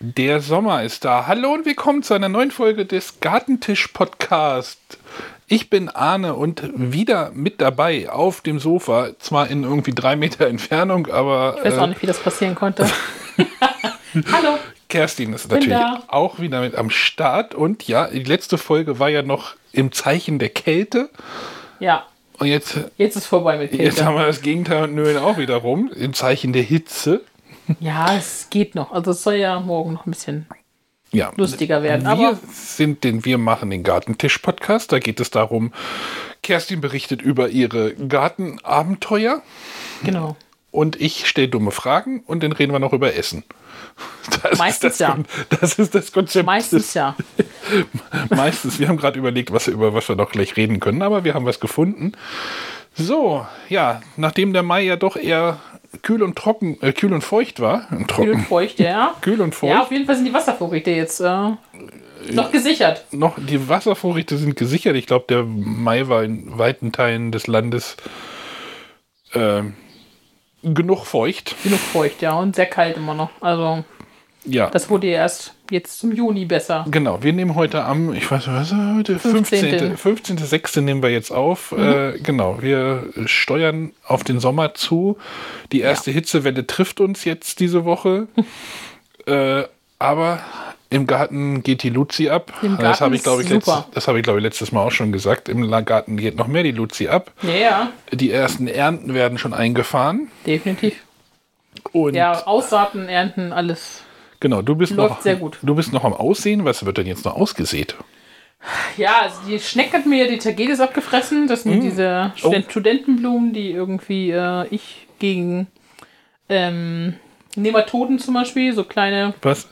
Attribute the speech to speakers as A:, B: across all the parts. A: Der Sommer ist da. Hallo und willkommen zu einer neuen Folge des Gartentisch-Podcast. Ich bin Arne und wieder mit dabei auf dem Sofa, zwar in irgendwie drei Meter Entfernung, aber. äh,
B: Ich weiß auch nicht, wie das passieren konnte. Hallo.
A: Kerstin ist
B: Bin
A: natürlich
B: da.
A: auch wieder mit am Start und ja, die letzte Folge war ja noch im Zeichen der Kälte
B: Ja,
A: und jetzt,
B: jetzt ist vorbei mit
A: jetzt
B: Kälte.
A: haben wir das Gegenteil und Nölen auch wieder rum, im Zeichen der Hitze.
B: Ja, es geht noch. Also es soll ja morgen noch ein bisschen.
A: ja,
B: lustiger werden,
A: Wir
B: aber-
A: sind den Wir machen den Gartentisch-Podcast. Da geht es darum, Kerstin berichtet über ihre Gartenabenteuer
B: Genau.
A: und ich stelle dumme Fragen und dann reden wir noch über Essen. Das
B: Meistens
A: ist das, Kon- Das ist das Konzept.
B: Meistens ja.
A: Meistens. Wir haben gerade überlegt, was, über was wir noch gleich reden können, aber wir haben was gefunden. So, ja, nachdem der Mai ja doch eher kühl und trocken, äh, kühl und feucht war,
B: Kühl
A: trocken,
B: und feucht, ja.
A: kühl und feucht,
B: Ja, auf jeden Fall sind die Wasservorräte jetzt äh, noch gesichert.
A: noch, die Wasservorräte sind gesichert. Ich glaube, der Mai war in weiten Teilen des Landes ähm, genug feucht.
B: Genug feucht, ja. Und sehr kalt immer noch. Also
A: Ja,
B: das wurde ja erst jetzt zum Juni besser.
A: genau. Wir nehmen heute am, ich weiß nicht, was ist heute? 15.
B: 15..
A: 15. 6. nehmen wir jetzt auf.
B: Mhm.
A: Äh, genau, wir steuern auf den Sommer zu. Die erste Hitzewelle trifft uns jetzt diese Woche. äh, aber im Garten geht die Luzi ab.
B: Im
A: das
B: Garten
A: habe ich, glaube ich,
B: ist super.
A: letzt, das habe ich, glaube ich, letztes Mal auch schon gesagt. Im Garten geht noch mehr die Luzi ab.
B: Ja, ja,
A: Die ersten Ernten werden schon eingefahren.
B: definitiv.
A: Und
B: Ja, Aussaaten, Ernten, alles.
A: genau, du bist
B: läuft
A: noch
B: sehr gut.
A: Du bist noch am Aussehen. Was wird denn jetzt noch ausgesät?
B: Ja, also die Schnecke hat mir die Tagedes abgefressen. Das
A: Mm.
B: sind diese
A: Oh.
B: Student Studentenblumen, die irgendwie äh, ich gegen ähm, Nematoden zum Beispiel, so kleine
A: Was?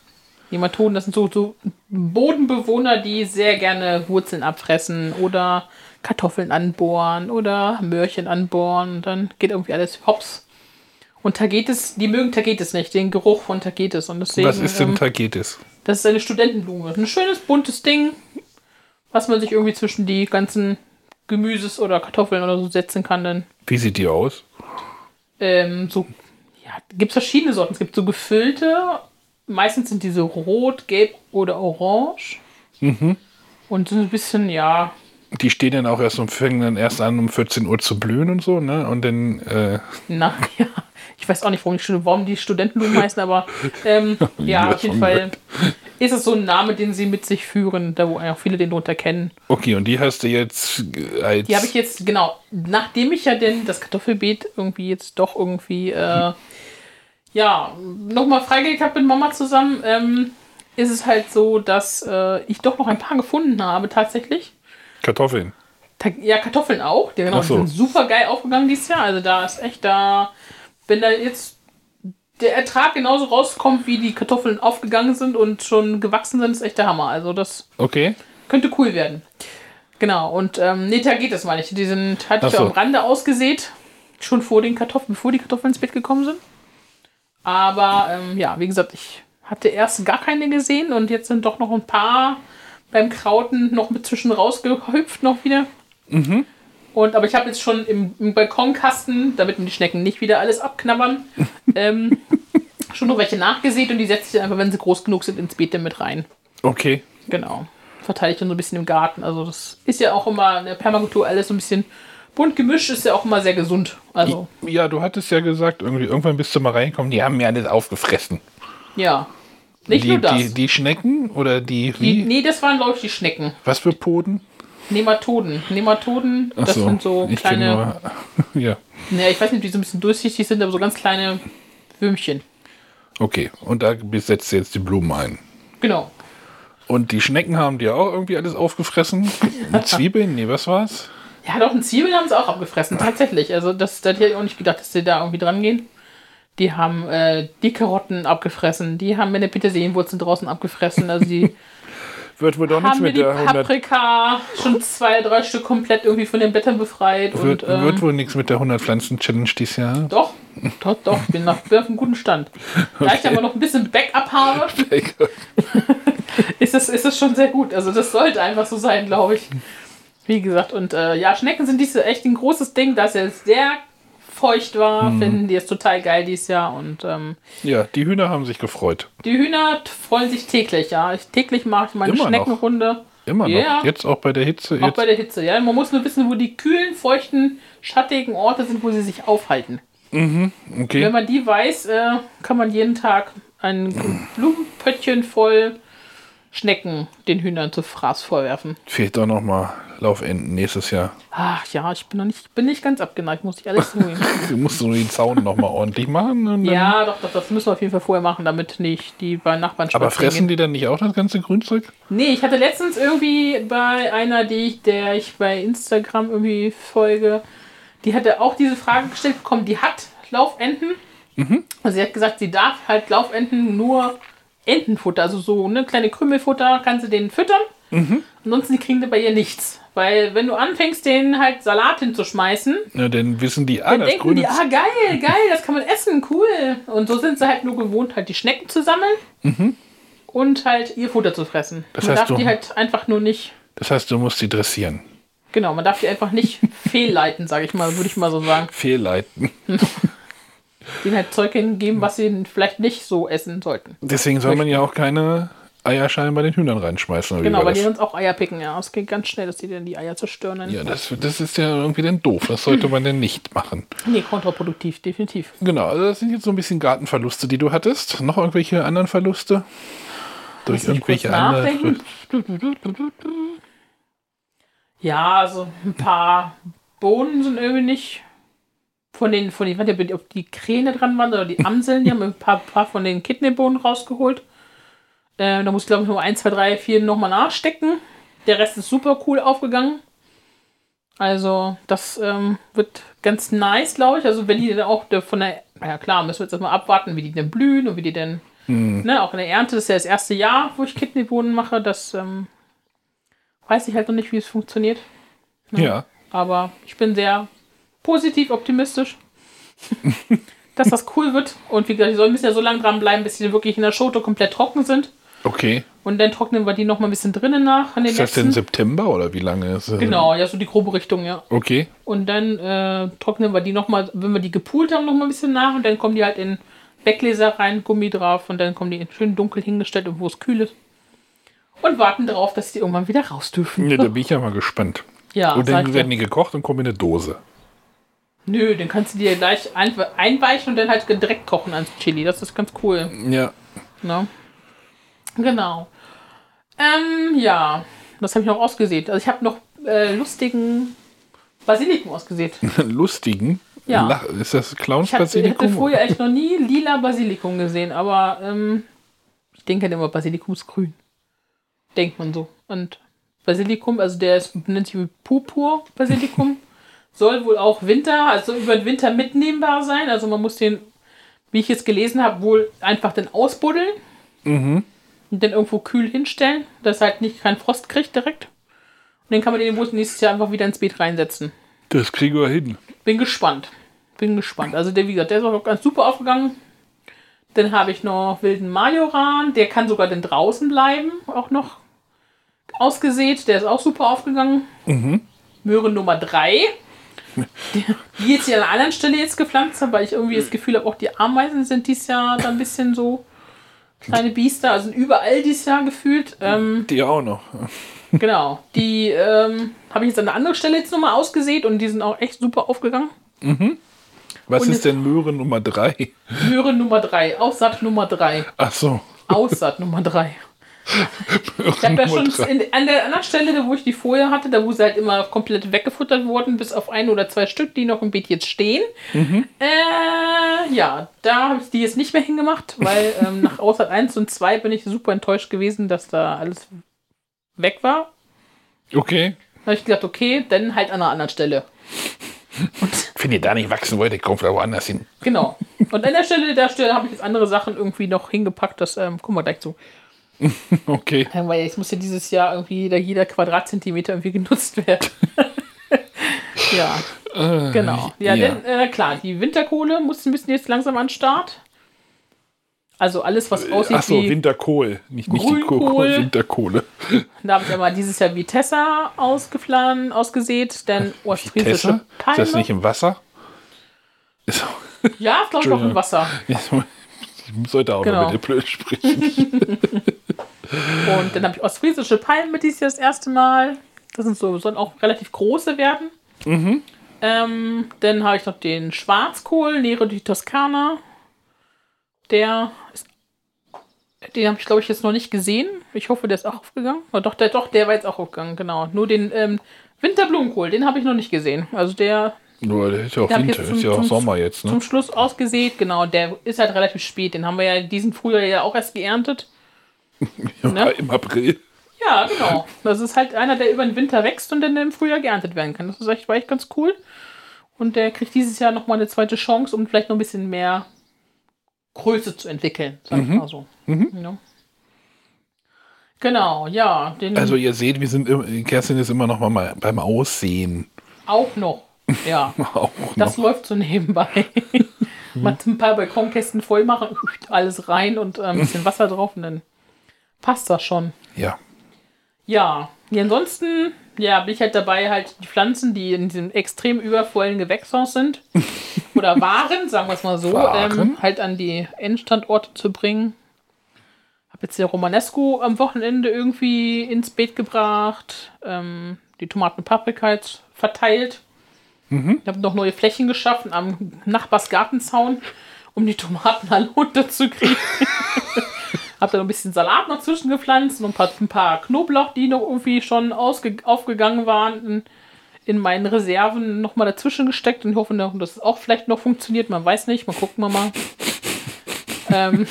B: Nematoden, das sind so, so Bodenbewohner, die sehr gerne Wurzeln abfressen oder Kartoffeln anbohren oder Möhrchen anbohren. Und dann geht irgendwie alles hops. Und Tagetes, die mögen Tagetes nicht, den Geruch von Tagetes. Und deswegen,
A: Was ist denn
B: ähm,
A: Tagetes?
B: das ist eine Studentenblume. Ein schönes, buntes Ding, was man sich irgendwie zwischen die ganzen Gemüses oder Kartoffeln oder so setzen kann. Dann
A: Wie sieht die aus?
B: ähm, so, ja, gibt es verschiedene Sorten. Es gibt so gefüllte, meistens sind diese rot, gelb oder orange. Und so ein bisschen, ja,
A: Die stehen dann auch erst um, fangen dann erst an, um 14 Uhr zu blühen und so, ne? Und dann, äh,
B: na ja. Ich weiß auch nicht, warum die, Stud- warum die Studentenblumen heißen, aber ähm, ja,
A: Ja,
B: auf jeden
A: schon
B: Fall ist es so ein Name, den sie mit sich führen, da wo auch viele den drunter kennen.
A: okay, und die hast du jetzt äh, als.
B: Die habe ich jetzt, genau, nachdem ich ja denn das Kartoffelbeet irgendwie jetzt doch irgendwie, äh, ja, nochmal freigelegt habe mit Mama zusammen, ähm, ist es halt so, dass äh, ich doch noch ein paar gefunden habe tatsächlich.
A: Kartoffeln.
B: Ta ja, Kartoffeln auch, die, genau,
A: Ach so.
B: die sind super geil aufgegangen dieses Jahr. Also da ist echt da, wenn da jetzt der Ertrag genauso rauskommt, wie die Kartoffeln aufgegangen sind und schon gewachsen sind, ist echt der Hammer. Also das
A: Okay.
B: könnte cool werden. Genau, und ähm, nee, da geht es mal nicht. Die sind, hatte
A: Ach
B: ich ja
A: so.
B: am Rande ausgesät, schon vor den Kartoffeln, bevor die Kartoffeln ins Bett gekommen sind. Aber ähm, ja, wie gesagt, ich hatte erst gar keine gesehen und jetzt sind doch noch ein paar beim Krauten noch mit zwischen rausgehüpft noch wieder.
A: Mhm.
B: Und aber ich habe jetzt schon im, im Balkonkasten, damit mir die Schnecken nicht wieder alles abknabbern, ähm, schon noch welche nachgesät und die setze ich dann einfach, wenn sie groß genug sind, ins Beet dann mit rein.
A: Okay.
B: Genau. Verteile ich dann so ein bisschen im Garten. Also das ist ja auch immer eine Permakultur, alles so ein bisschen bunt gemischt, ist ja auch immer sehr gesund. Also,
A: Ja, du hattest ja gesagt, irgendwie, irgendwann bist du mal reingekommen, die haben mir alles aufgefressen.
B: ja. Nicht
A: die,
B: nur das.
A: Die, die Schnecken oder die.
B: Die,
A: Wie?
B: nee, das waren, glaube ich, die Schnecken.
A: Was für Poden?
B: Nematoden. Nematoden,
A: Ach
B: das sind so
A: ich kenn
B: kleine,
A: Nur, ja.
B: ne, ich weiß nicht, ob die so ein bisschen durchsichtig sind, aber so ganz kleine Würmchen.
A: Okay, und da setzt du jetzt die Blumen ein.
B: Genau.
A: Und die Schnecken haben dir auch irgendwie alles aufgefressen. Zwiebeln, nee, was war's?
B: Ja, doch, ein Zwiebel haben sie auch abgefressen, tatsächlich. Also das, da hätte ich auch nicht gedacht, dass sie da irgendwie dran gehen. Die haben äh, die Karotten abgefressen, die haben meine Petersilienwurzeln draußen abgefressen. Also die
A: Wird wohl doch nichts
B: haben wir
A: mit
B: die
A: der 100,
B: Paprika schon zwei, drei Stück komplett irgendwie von den Blättern befreit.
A: wird,
B: und, ähm,
A: wird wohl nichts mit der 100 Pflanzen Challenge dieses Jahr.
B: doch, doch, doch, ich bin, noch, bin auf einem guten Stand. Da ich aber noch ein bisschen Backup habe, ist es, ist es schon sehr gut. Also das sollte einfach so sein, glaube ich. Wie gesagt, und äh, ja, Schnecken sind diese echt ein großes Ding, da es ja sehr feucht war,
A: Mhm.
B: finden die es total geil dieses Jahr. Und ähm,
A: Ja, die Hühner haben sich gefreut.
B: die Hühner t- freuen sich täglich, ja. Ich, täglich mache ich meine
A: Immer noch.
B: Schneckenrunde.
A: Immer
B: Ja.
A: noch. Jetzt auch bei der Hitze.
B: Auch bei
A: Jetzt.
B: der Hitze, ja. Man muss nur wissen, wo die kühlen, feuchten, schattigen Orte sind, wo sie sich aufhalten. Wenn
A: Okay.
B: man die weiß, äh, kann man jeden Tag ein Blumenpöttchen voll Schnecken den Hühnern zu Fraß vorwerfen.
A: Fehlt doch nochmal Laufenden nächstes Jahr.
B: Ach ja, ich bin noch nicht, bin nicht ganz abgeneigt, muss ich ehrlich zugeben.
A: Du musst nur den Zaun nochmal ordentlich machen. Und dann,
B: ja, doch, doch, das müssen wir auf jeden Fall vorher machen, damit nicht die bei Nachbarn
A: aber
B: spazieren
A: fressen die dann nicht auch das ganze Grünzeug?
B: Nee, ich hatte letztens irgendwie bei einer, die ich, der ich bei Instagram irgendwie folge, die hatte auch diese Frage gestellt bekommen, die hat Laufenten. Und sie hat gesagt, sie darf halt Laufenten nur Entenfutter, also so ne, kleine Krümelfutter, kannst du denen füttern. Ansonsten die kriegen die bei ihr nichts. Weil wenn du anfängst, denen halt Salat hinzuschmeißen,
A: Na, dann wissen die, ah,
B: dann
A: das
B: denken
A: grüne
B: die, ah geil, geil, das kann man essen, cool. Und so sind sie halt nur gewohnt, halt die Schnecken zu sammeln und halt ihr Futter zu fressen.
A: Mhm. Das
B: man
A: heißt,
B: darf
A: du-
B: die halt einfach nur nicht,
A: Das heißt, du musst sie dressieren.
B: genau, man darf die einfach nicht fehlleiten, sage ich mal, würde ich mal so sagen.
A: Fehlleiten.
B: Denen halt Zeug hingeben, was sie vielleicht nicht so essen sollten.
A: Deswegen soll man ja auch keine Eierschalen bei den Hühnern reinschmeißen. Oder wie
B: Genau,
A: war
B: weil die
A: das?
B: sonst auch Eier picken, ja. Es geht ganz schnell, dass die dann die Eier zerstören. dann-
A: Ja, das, das ist ja irgendwie dann doof. Das sollte man denn nicht machen.
B: Nee, kontraproduktiv, definitiv.
A: Genau, also das sind jetzt so ein bisschen Gartenverluste, die du hattest. Noch irgendwelche anderen Verluste? Durch irgendwelche anderen.
B: nachdenken. Ja, also ein paar Bohnen sind irgendwie nicht. Von den, von den, ich weiß nicht, ob die Kräne dran waren oder die Amseln, die haben ein paar, paar von den Kidneybohnen rausgeholt. Äh, da muss ich glaube ich nur 1, 2, 3, 4 nochmal nachstecken. Der Rest ist super cool aufgegangen. Also, das ähm, wird ganz nice, glaube ich. Also, wenn die dann auch der- von der, naja, klar, müssen wir jetzt erstmal abwarten, wie die denn blühen und wie die denn, ne, auch in der Ernte, das ist ja das erste Jahr, wo ich Kidneybohnen mache. Das ähm, weiß ich halt noch nicht, wie es funktioniert.
A: Ja.
B: Aber ich bin sehr positiv optimistisch, dass das cool wird. Und wie gesagt, die sollen müssen ja so lange dranbleiben, bis die wirklich in der Schote komplett trocken sind.
A: Okay.
B: Und dann trocknen wir die nochmal ein bisschen drinnen nach. An den
A: Ist das denn
B: letzten.
A: September oder wie lange ist es?
B: Genau, ja, so die grobe Richtung, ja.
A: Okay.
B: Und dann äh, trocknen wir die nochmal, wenn wir die gepoolt haben, nochmal ein bisschen nach. Und dann kommen die halt in Weggläser rein, Gummi drauf. Und dann kommen die in schön dunkel hingestellt, und wo es kühl ist. Und warten darauf, dass die irgendwann wieder raus dürfen.
A: Ja, da bin ich ja mal gespannt.
B: Ja,
A: und
B: Ah, sag ich
A: dann werden
B: dir.
A: die gekocht und kommen in eine Dose.
B: Nö, dann kannst du die ja gleich ein einweichen und dann halt direkt kochen ans Chili. Das ist ganz cool.
A: Ja.
B: Ne? Genau. Ähm, ja. Das habe ich noch ausgesät. Also ich habe noch äh, lustigen Basiliken ausgesät.
A: Lustigen.
B: Ja.
A: Lach- Ist das
B: Ich hab- ich hatte
A: Clowns-Basilikum?
B: vorher eigentlich noch nie lila Basilikum gesehen, aber ähm, ich denke halt immer, Basilikum ist grün. Denkt man so. Und Basilikum, also der ist, nennt sich Purpur-Basilikum, soll wohl auch Winter, also über den Winter mitnehmbar sein. Also man muss den, wie ich jetzt gelesen habe, wohl einfach den ausbuddeln und den irgendwo kühl hinstellen, dass er halt nicht keinen Frost kriegt direkt. Und den kann man den wohl nächstes Jahr einfach wieder ins Beet reinsetzen.
A: Das kriegen wir hin.
B: Bin gespannt. Bin gespannt. Also der, wie gesagt, der ist auch ganz super aufgegangen. Dann habe ich noch wilden Majoran. Der kann sogar dann draußen bleiben. Auch noch ausgesät. Der ist auch super aufgegangen. Möhre Nummer 3. Die jetzt hier an einer anderen Stelle jetzt gepflanzt habe, weil ich irgendwie das Gefühl habe, auch die Ameisen sind dieses Jahr da ein bisschen so kleine Biester. Also überall dieses Jahr gefühlt. Ähm,
A: Die auch noch.
B: Genau. Die ähm, habe ich jetzt an einer anderen Stelle jetzt nochmal ausgesät und die sind auch echt super aufgegangen.
A: Was
B: Und
A: ist denn Möhre Nummer 3?
B: Möhre Nummer 3, Aussaat Nummer 3,
A: Ach so.
B: Aussaat Nummer 3. Ich habe ja
A: Nummer
B: schon
A: drei.
B: in, an der anderen Stelle, wo ich die vorher hatte, da wo sie halt immer komplett weggefuttert wurden, bis auf ein oder zwei Stück, die noch im Beet jetzt stehen.
A: Mhm.
B: Äh, ja, da habe ich die jetzt nicht mehr hingemacht, weil ähm, nach Aussaat 1 und 2 bin ich super enttäuscht gewesen, dass da alles weg war.
A: Okay.
B: Da habe ich gedacht, okay, dann halt an einer anderen Stelle.
A: Wenn ihr da nicht wachsen wollt, ihr kommt da woanders hin.
B: Genau. Und an der Stelle, der Stelle habe ich jetzt andere Sachen irgendwie noch hingepackt. Das ähm, gucken wir gleich zu.
A: Okay.
B: Ja, Weil jetzt muss ja dieses Jahr irgendwie jeder, jeder Quadratzentimeter irgendwie genutzt werden. ja,
A: Äh,
B: genau. Ja,
A: ja.
B: Denn, äh, klar, die Winterkohle muss ein bisschen jetzt langsam an den Start. Also alles, was aussieht
A: Äh, Ach so,
B: wie.
A: Winterkohl. Nicht, nicht die Kohl,
B: Grünkohl.
A: Winterkohle.
B: Da habe ich aber dieses Jahr Vitessa ausgepflanzt, ausgesät, denn ostfriesische
A: Äh, Tessa? Ist
B: Palme.
A: das nicht im Wasser? Ist auch-
B: Ja, glaube ich auch im
A: Entschuldigung.
B: Wasser.
A: Ich sollte auch
B: Genau.
A: noch mit dir blöd sprechen.
B: Und dann habe ich ostfriesische Palmen mit dieses Jahr das erste Mal. Das sind so, sollen auch relativ große werden.
A: Mhm.
B: Ähm, dann habe ich noch den Schwarzkohl, Nero di Toscana. Der ist, den habe ich, glaube ich, jetzt noch nicht gesehen. Ich hoffe, der ist auch aufgegangen. Oh, doch, der, doch, der war jetzt auch aufgegangen, genau. Nur den ähm, Winterblumenkohl, den habe ich noch nicht gesehen. Also der
A: Nur, der ist ja auch
B: Ja, hab
A: Winter,
B: jetzt zum-
A: ist ja auch
B: zum-
A: Sommer jetzt, ne?
B: zum Schluss ausgesät, genau. Der ist halt relativ spät. Den haben wir ja diesen Frühjahr ja auch erst geerntet. ne?
A: Im April.
B: Ja, genau. Das ist halt einer, der über den Winter wächst und dann im Frühjahr geerntet werden kann. Das ist echt, war echt ganz cool. Und der kriegt dieses Jahr nochmal eine zweite Chance, um vielleicht noch ein bisschen mehr Größe zu entwickeln, sag
A: Mhm.
B: ich mal so. Ja. Genau, ja, den
A: Also ihr seht, wir sind im, Kerstin ist immer noch mal beim Aussehen.
B: auch noch. Ja,
A: Auch
B: das
A: noch. Mhm.
B: läuft so nebenbei. Mal ein paar Balkonkästen voll machen, alles rein und äh, ein bisschen Wasser drauf und dann passt das schon.
A: Ja.
B: Ja, ja ansonsten ja, bin ich halt dabei, halt die Pflanzen, die in diesem extrem übervollen Gewächshaus sind oder waren, sagen wir es mal so, ähm,
A: Waren?
B: halt an die Endstandorte zu bringen. Habe jetzt der Romanesco am Wochenende irgendwie ins Beet gebracht, ähm, die Tomaten und Paprika jetzt verteilt. Ich habe noch neue Flächen geschaffen am Nachbarsgartenzaun, um die Tomaten alle runterzukriegen. Hab da noch ein bisschen Salat noch zwischengepflanzt und ein paar, ein paar Knoblauch, die noch irgendwie schon ausge, aufgegangen waren, in, in meinen Reserven nochmal dazwischen gesteckt und hoffe, noch, dass es auch vielleicht noch funktioniert. Man weiß nicht, mal gucken wir mal. ähm,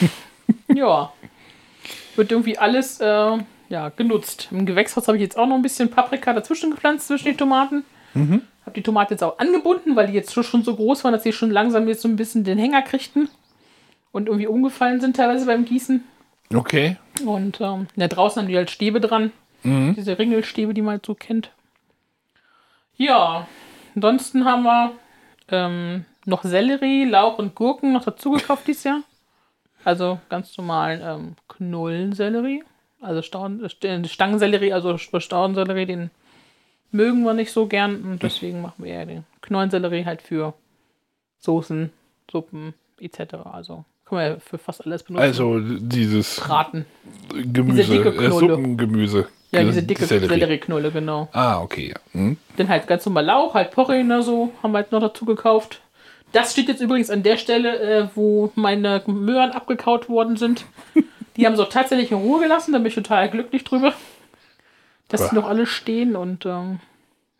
B: ja. Wird irgendwie alles äh, ja, genutzt. Im Gewächshaus habe ich jetzt auch noch ein bisschen Paprika dazwischen gepflanzt, zwischen den Tomaten. Habe die Tomate jetzt auch angebunden, weil die jetzt schon so groß waren, dass sie schon langsam jetzt so ein bisschen den Hänger kriegten und irgendwie umgefallen sind teilweise beim Gießen.
A: Okay.
B: Und ähm, da draußen haben die halt Stäbe dran. Diese Ringelstäbe, die man halt so kennt. Ja, ansonsten haben wir ähm, noch Sellerie, Lauch und Gurken noch dazu gekauft dieses Jahr. Also ganz normalen ähm, Knollensellerie. Also Stauden, äh, Stangensellerie, also Staudensellerie, den mögen wir nicht so gern. Und deswegen machen wir eher den Knollensellerie halt für Soßen, Suppen etc. Also können wir ja für fast alles benutzen.
A: Also dieses
B: Braten.
A: Gemüse,
B: diese dicke
A: äh,
B: Knolle.
A: Suppengemüse.
B: Ja,
A: Äh,
B: diese dicke
A: Sellerie.
B: Sellerie-Knolle, genau.
A: Ah, okay. Ja. Hm?
B: Dann halt ganz normal Lauch, halt Porree oder so, haben wir halt noch dazu gekauft. Das steht jetzt übrigens an der Stelle, äh, wo meine Möhren abgekaut worden sind. Die haben sie auch tatsächlich in Ruhe gelassen, da bin ich total glücklich drüber. Dass die
A: Bah.
B: noch alle stehen und ähm,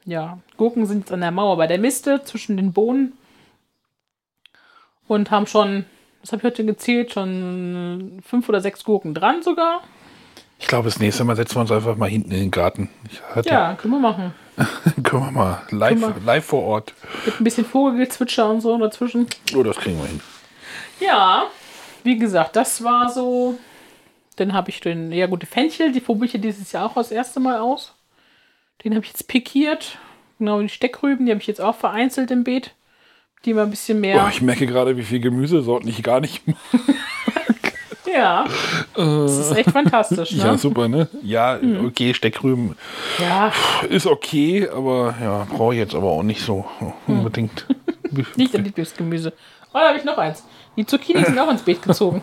B: ja, Gurken sind jetzt an der Mauer bei der Miste zwischen den Bohnen. Und haben schon, was habe ich heute gezählt, schon fünf oder sechs Gurken dran sogar.
A: Ich glaube, das nächste Mal setzen wir uns einfach mal hinten in den Garten. Ich hatte,
B: Ja, können wir machen.
A: Können wir mal live,
B: Können wir-
A: live vor Ort.
B: Mit ein bisschen Vogelgezwitscher und so dazwischen.
A: Oh, das kriegen wir hin.
B: Ja, wie gesagt, das war so. Dann habe ich den, ja gut, die Fenchel, die probiere ich ja dieses Jahr auch das erste Mal aus. Den habe ich jetzt pikiert. Genau, die Steckrüben, die habe ich jetzt auch vereinzelt im Beet. Die mal ein bisschen mehr.
A: Oh, ich merke gerade, wie viel Gemüsesorten ich gar nicht mag.
B: ja. Das ist echt fantastisch, ne?
A: Ja, super, ne? Ja,
B: Hm.
A: okay, Steckrüben
B: ja,
A: ist okay, aber ja, brauche ich jetzt aber auch nicht so unbedingt.
B: Hm. nicht das Lieblingsgemüse. Oh, da habe ich noch eins. Die Zucchini sind auch ins Beet gezogen.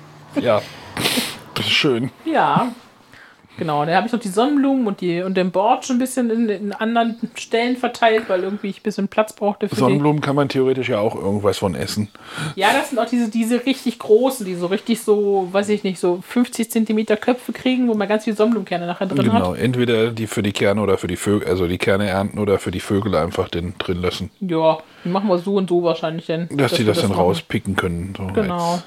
A: ja. Das ist schön.
B: Ja. Genau, da habe ich noch die Sonnenblumen und, die, und den Bord schon ein bisschen in, in anderen Stellen verteilt, weil irgendwie ich ein bisschen Platz brauchte für
A: Sonnenblumen kann man theoretisch ja auch irgendwas von essen.
B: die. Ja, das sind auch diese, diese richtig großen, die so richtig so, weiß ich nicht, so 50 Zentimeter Köpfe kriegen, wo man ganz viele Sonnenblumenkerne nachher drin
A: Genau,
B: hat.
A: entweder die für die Kerne oder für die Vögel, also die Kerne ernten oder für die Vögel einfach den drin lassen,
B: Ja, die machen wir so und so wahrscheinlich denn.
A: dass die
B: wir
A: das, dann
B: machen.
A: rauspicken können. So
B: Genau.
A: als-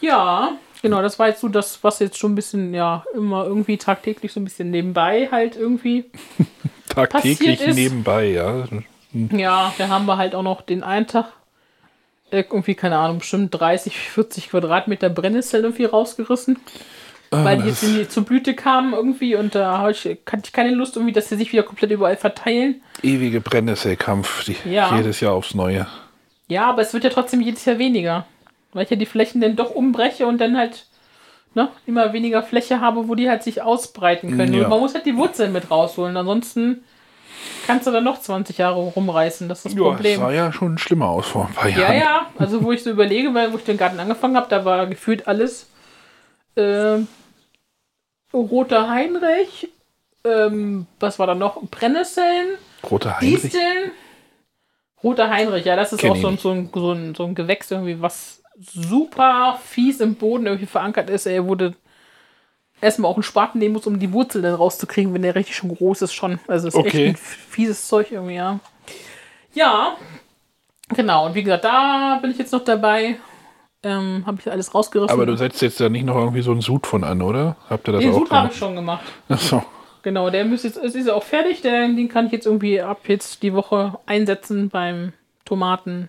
B: Ja, genau, das war jetzt so das, was jetzt schon ein bisschen, ja, immer irgendwie tagtäglich so ein bisschen nebenbei halt irgendwie
A: Tagtäglich
B: Passiert ist-
A: nebenbei, ja.
B: Ja, da haben wir halt auch noch den einen Tag äh, irgendwie, keine Ahnung, bestimmt 30, 40 Quadratmeter Brennnesseln irgendwie rausgerissen.
A: Ah,
B: weil die jetzt in die, zur Blüte kamen irgendwie und da hab ich, hatte ich keine Lust irgendwie, dass sie sich wieder komplett überall verteilen.
A: Ewige Brennnesselkampf, die
B: Ja.
A: jedes Jahr aufs Neue.
B: Ja, aber es wird ja trotzdem jedes Jahr weniger. Weil ich ja die Flächen dann doch umbreche und dann halt ne, immer weniger Fläche habe, wo die halt sich ausbreiten können.
A: Ja.
B: Und man muss halt die Wurzeln mit rausholen. Ansonsten Kannst du dann noch 20 Jahre rumreißen, das ist das
A: Ja, das
B: Problem.
A: sah ja schon schlimmer aus vor ein paar
B: Ja,
A: Jahren.
B: ja. Also wo ich so überlege, weil wo ich den Garten angefangen habe, da war gefühlt alles ähm, roter Heinrich. Ähm, was war da noch? Brennnesseln,
A: Roter Heinrich.
B: Disteln. Roter Heinrich, ja, das ist
A: Kenn
B: auch
A: ich
B: so ein,
A: nicht.
B: so, ein, so, ein, so ein Gewächs irgendwie, was super fies im Boden irgendwie verankert ist. Er wurde erstmal auch einen Spaten nehmen muss, um die Wurzel dann rauszukriegen, wenn der richtig schon groß ist schon. Also ist
A: Okay.
B: echt ein fieses Zeug irgendwie, ja. Ja, genau. Und wie gesagt, da bin ich jetzt noch dabei. Ähm, habe ich alles rausgerissen.
A: Aber du setzt jetzt da nicht noch irgendwie so einen Sud von an, oder? Habt ihr das
B: den
A: auch
B: Sud habe
A: gemacht?
B: ich schon gemacht.
A: Achso.
B: Genau, der muss jetzt, es ist ja auch fertig, der, den kann ich jetzt irgendwie ab jetzt die Woche einsetzen beim Tomaten.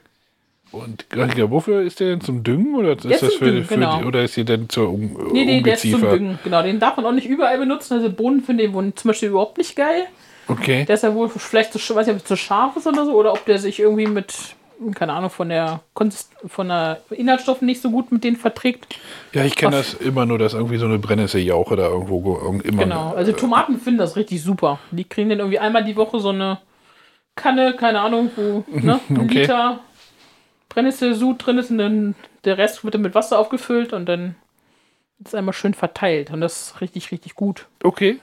A: Und Gregor, wofür ist der denn zum Düngen oder ist
B: ist
A: das
B: zum
A: für,
B: Düngen,
A: für
B: genau.
A: die, oder ist die denn zur um,
B: Nee, nee, der ist zum
A: Ungeziefer?
B: Düngen. Genau, den darf man auch nicht überall benutzen. Also Bohnen finde ich wohl zum Beispiel überhaupt nicht geil.
A: Okay.
B: Der ist ja wohl vielleicht zu, sch- weiß nicht, ob es zu scharf ist oder so, oder ob der sich irgendwie mit, keine Ahnung, von der Konsist von der Inhaltsstoffen nicht so gut mit denen verträgt.
A: ja, ich kenne
B: was-
A: das immer nur, dass irgendwie so eine Brennnesseljauche da irgendwo ge- irgend- immer. ne.
B: Genau. Also Tomaten finden das richtig super. Die kriegen dann irgendwie einmal die Woche so eine Kanne, keine Ahnung, wo, ne, ein
A: Okay.
B: Liter Brennesselsud drin ist und dann der Rest wird dann mit Wasser aufgefüllt und dann ist einmal schön verteilt. Und das ist richtig, richtig gut.
A: Okay.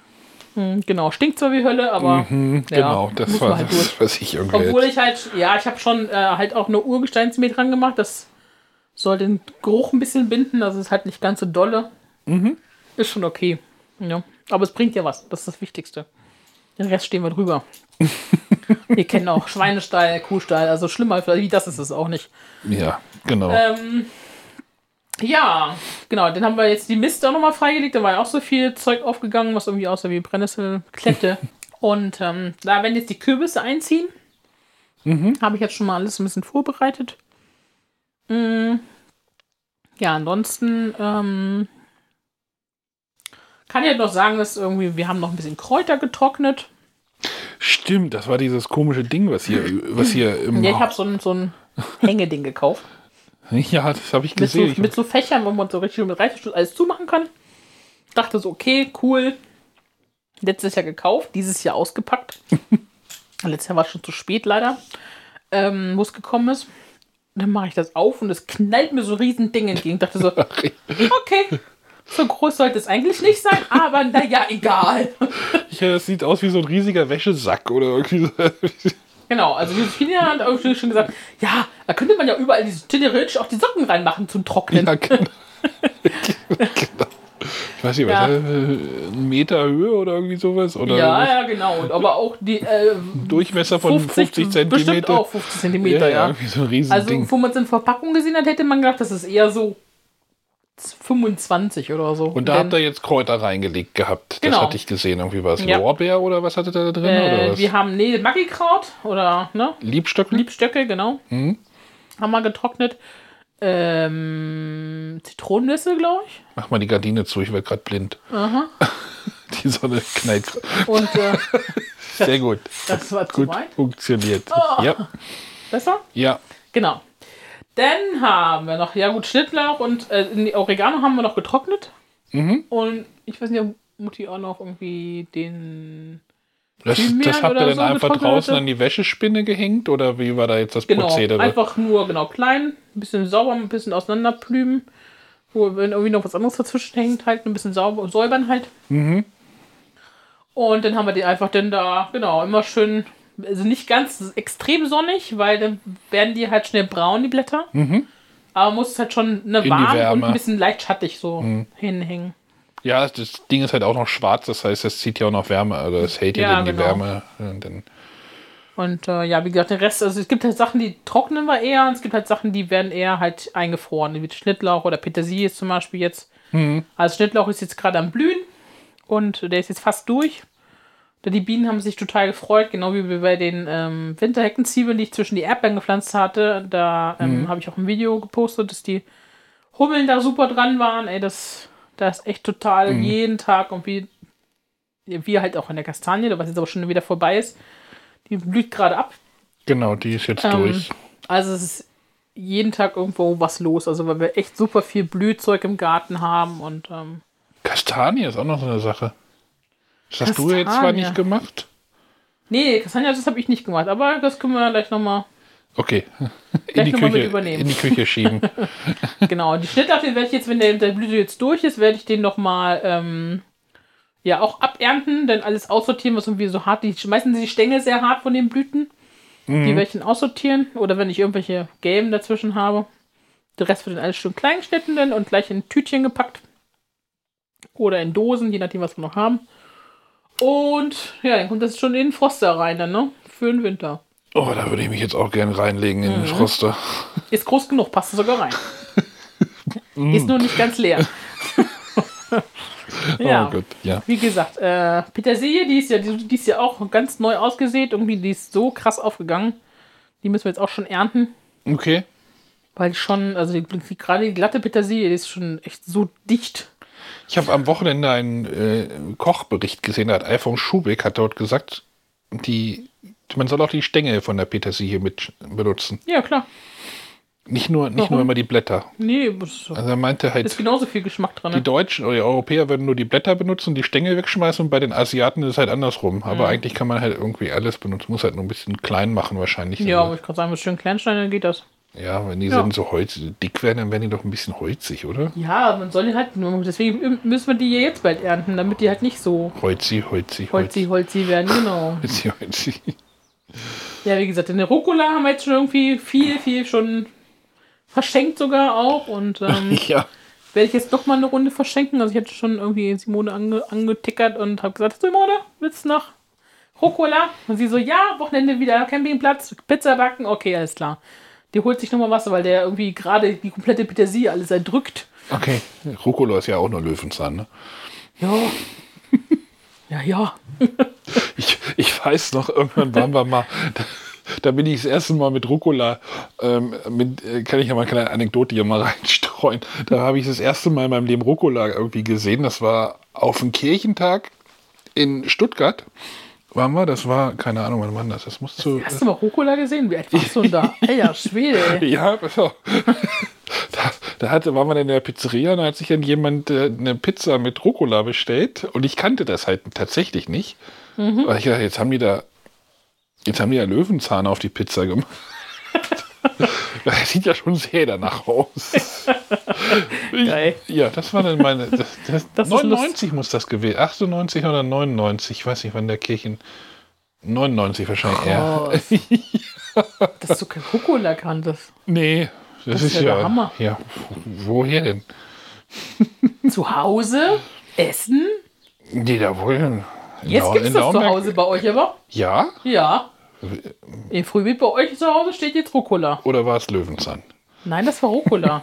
B: Mhm, Genau, stinkt zwar wie Hölle, aber ja,
A: genau, das
B: muss man
A: war
B: halt durch.
A: das, was ich irgendwie.
B: Obwohl ich halt, ja, ich habe schon äh, halt auch eine Urgesteinsmehl dran gemacht. Das soll den Geruch ein bisschen binden. Also ist halt nicht ganz so dolle.
A: Mhm.
B: Ist schon okay. Ja. Aber es bringt ja was. Das ist das Wichtigste. Den Rest stehen wir drüber. wir kennen auch Schweinestall, Kuhstall. Also schlimmer wie das ist es auch nicht.
A: ja, genau.
B: Ähm, ja, genau. Dann haben wir jetzt die Mist auch nochmal freigelegt. Da war ja auch so viel Zeug aufgegangen, was irgendwie aussah wie Brennnesselklette. Und ähm, da werden jetzt die Kürbisse einziehen. Habe ich jetzt schon mal alles ein bisschen vorbereitet. Mm, ja, ansonsten ähm, kann ich halt noch sagen, dass irgendwie wir haben noch ein bisschen Kräuter getrocknet.
A: Stimmt, das war dieses komische Ding, was hier, was hier im.
B: Ja, ich habe so ein, so ein Hängeding gekauft.
A: Ja, das habe ich
B: mit so,
A: gesehen. Ich-
B: mit so Fächern, wo man so richtig mit Reißverschluss alles zumachen kann. Dachte so, okay, cool. Letztes Jahr gekauft, dieses Jahr ausgepackt. Letztes Jahr war es schon zu spät leider, ähm, wo es gekommen ist. Dann mache ich das auf und es knallt mir so ein riesen Ding entgegen. Dachte so, okay, so groß sollte es eigentlich nicht sein, aber naja, egal.
A: Ja, das sieht aus wie so ein riesiger Wäschesack oder irgendwie so.
B: Genau, also Josephine hat auch schon gesagt, ja, da könnte man ja überall diese theoretisch auch die Socken reinmachen zum Trocknen.
A: Ja, genau. genau. Ich weiß nicht, was
B: Ja.
A: äh, ein Meter Höhe oder irgendwie sowas? Oder
B: Ja, ja, genau. Und aber auch die äh,
A: Durchmesser von 50,
B: Bestimmt
A: Zentimeter.
B: auch 50 Zentimeter, ja.
A: irgendwie so ein Riesending.
B: Also, wo man es in Verpackung gesehen hat, hätte man gedacht, das ist eher so 25 oder so.
A: und da habt
B: Denn,
A: ihr jetzt Kräuter reingelegt gehabt.
B: Genau.
A: Das hatte ich gesehen. Irgendwie war es
B: Ja.
A: Lorbeer oder was hattet ihr da drin? oder
B: äh,
A: was?
B: wir haben, nee, Maggikraut oder, ne?
A: Liebstöckel?
B: Liebstöcke, genau.
A: Mhm.
B: Haben wir getrocknet. Ähm, Zitronennüsse, glaube ich.
A: Mach mal die Gardine zu, ich werde gerade blind.
B: Aha.
A: Die Sonne knallt. grad.
B: Und äh,
A: Sehr gut.
B: das war zu
A: Gut
B: weit.
A: funktioniert.
B: Ah.
A: Ja,
B: Besser?
A: ja.
B: Genau. Dann haben wir noch, ja gut, Schnittlauch und äh, nee, Oregano haben wir noch getrocknet. Und ich weiß nicht, ob Mutti auch noch irgendwie den.
A: Das,
B: Thymian
A: das habt
B: oder
A: ihr dann
B: so
A: einfach
B: getrocknete?
A: draußen an die Wäschespinne gehängt oder wie war da jetzt das
B: Genau,
A: Prozedere?
B: einfach nur genau klein, ein bisschen sauber, ein bisschen auseinanderplüben. Wo, wenn irgendwie noch was anderes dazwischen hängt, halt ein bisschen sauber und säubern halt.
A: Mhm.
B: Und dann haben wir die einfach dann da, genau, immer schön, also nicht ganz extrem sonnig, weil dann werden die halt schnell braun, die Blätter. Aber man muss es halt schon eine
A: Mhm. die
B: warm und
A: Wärme. Mhm.
B: ein bisschen leicht schattig so hinhängen.
A: Ja, das Ding ist halt auch noch schwarz, das heißt, es zieht ja auch noch Wärme, also es hält ja
B: Ja,
A: dann die
B: genau.
A: Wärme. Und dann,
B: Und äh, ja, wie gesagt, der Rest, also es gibt halt Sachen, die trocknen wir eher und es gibt halt Sachen, die werden eher halt eingefroren, wie Schnittlauch oder Petersilie ist zum Beispiel jetzt. Also Schnittlauch ist jetzt gerade am Blühen und der ist jetzt fast durch. Da Die Bienen haben sich total gefreut, genau wie wir bei den ähm, Winterheckenzwiebeln, die ich zwischen die Erdbeeren gepflanzt hatte. Da ähm, habe ich auch ein Video gepostet, dass die Hummeln da super dran waren. Ey, das, das ist echt total jeden Tag und wie, wie halt auch in der Kastanie, was jetzt aber schon wieder vorbei ist. Die blüht gerade ab.
A: genau, die ist jetzt
B: Ähm,
A: durch.
B: Also es ist jeden Tag irgendwo was los. Also weil wir echt super viel Blühzeug im Garten haben und ähm,
A: Kastanie ist auch noch so eine Sache. Das hast du
B: Kastanie.
A: jetzt zwar nicht gemacht.
B: Nee, Kastanie, das habe ich nicht gemacht, aber das können wir dann gleich nochmal.
A: Okay. In
B: Gleich
A: die,
B: noch mal mit
A: Küche,
B: übernehmen.
A: in die Küche schieben.
B: Genau, die Schnittachtel werde ich jetzt, wenn der mit der Blüte jetzt durch ist, werde ich den nochmal ähm, ja auch abernten, dann alles aussortieren, was irgendwie so hart, die meistens sind die Stängel sehr hart von den Blüten. Die werde ich dann aussortieren oder wenn ich irgendwelche gelben dazwischen habe. Der Rest wird dann alles schön klein geschnitten dann und gleich in Tütchen gepackt. Oder in Dosen, je nachdem, was wir noch haben. Und ja, dann kommt das schon in den Froster rein dann, ne? Für den Winter.
A: Oh, da würde ich mich jetzt auch gerne reinlegen in
B: Mhm.
A: den Schroster.
B: Ist groß genug, passt sogar rein. Ist nur nicht ganz leer. ja.
A: Oh Gott, ja.
B: Wie gesagt, äh, Petersilie, die ist ja die, die ist ja auch ganz neu ausgesät. Irgendwie, die ist so krass aufgegangen. Die müssen wir jetzt auch schon ernten,
A: Okay.
B: weil die schon, also die, die, gerade die glatte Petersilie, die ist schon echt so dicht.
A: Ich habe am Wochenende einen äh, Kochbericht gesehen, da hat Alfons Schubeck hat dort gesagt, die, man soll auch die Stängel von der Petersilie mit benutzen.
B: Ja, klar.
A: Nicht nur, nicht nur
B: Warum?
A: immer die Blätter.
B: Nee, das ist, so-
A: Also er meinte
B: ist
A: halt,
B: genauso viel Geschmack dran.
A: die
B: Ne?
A: Deutschen oder die Europäer würden nur die Blätter benutzen, die Stängel wegschmeißen und bei den Asiaten ist es halt andersrum.
B: Mhm.
A: Aber eigentlich kann man halt irgendwie alles benutzen, muss halt nur ein bisschen klein machen wahrscheinlich.
B: Ja, aber ich kann sagen, mit schönen Kleinsteinen dann geht das.
A: ja wenn die
B: Ja.
A: sind so holzig, dick werden, dann werden die doch ein bisschen holzig, oder?
B: Ja, man soll den halt nur, deswegen müssen wir die ja jetzt bald ernten, damit die halt nicht so
A: Holzig, holzig,
B: holzig, holzig werden, genau.
A: holzig, holzig.
B: Ja, wie gesagt, in der Rucola haben wir jetzt schon irgendwie viel, viel schon verschenkt sogar auch und ähm,
A: ja.
B: werde ich jetzt doch mal eine Runde verschenken. Also ich hatte schon irgendwie Simone ange angetickert und habe gesagt, Simone, willst du noch Rucola? Und sie so, ja, Wochenende wieder Campingplatz, Pizza backen, okay, alles klar. Die holt sich nochmal was, weil der irgendwie gerade die komplette Petersilie alles erdrückt.
A: Okay. Rucola ist ja auch nur Löwenzahn, ne?
B: Ja. ja, ja.
A: Ich, ich weiß noch, irgendwann waren wir mal, da, da bin ich das erste Mal mit Rucola, ähm, mit, äh, kann ich ja mal eine kleine Anekdote hier mal reinstreuen. Da habe ich das erste Mal in meinem Leben Rucola irgendwie gesehen. Das war auf dem Kirchentag in Stuttgart. Waren wir? Das war, keine Ahnung, wann war das? Das musst du.
B: Hast du mal Rucola gesehen? Wie alt warst du denn da? Alter Schwede, ey.
A: Ja, pass auf. Da, da hatte, waren wir dann in der Pizzeria und da hat sich dann jemand äh, eine Pizza mit Rucola bestellt und ich kannte das halt tatsächlich nicht.
B: Mhm.
A: Weil ich dachte, jetzt haben die da, jetzt haben die ja Löwenzahn auf die Pizza gemacht. Das sieht ja schon sehr danach aus.
B: Geil.
A: Ich, ja, das war dann meine. Das, das,
B: Das ist
A: 99 muss das gewesen. 98 oder 99, ich weiß nicht, wann der Kirchen. 99 wahrscheinlich eher.
B: Krass. Oh, Dass du kein Rucola kanntest.
A: Nee, das,
B: ist
A: ist,
B: ja
A: ja.
B: der Hammer.
A: Ja, woher denn?
B: Zu Hause? Essen?
A: Nee, da wohl. in
B: Jetzt
A: Nau-
B: gibt's
A: in
B: das zu
A: Naumberg-
B: Hause bei euch, aber?
A: Ja?
B: Ja. Im Frühbeet bei euch zu Hause steht jetzt Rucola.
A: Oder war es Löwenzahn?
B: Nein, das war Rucola.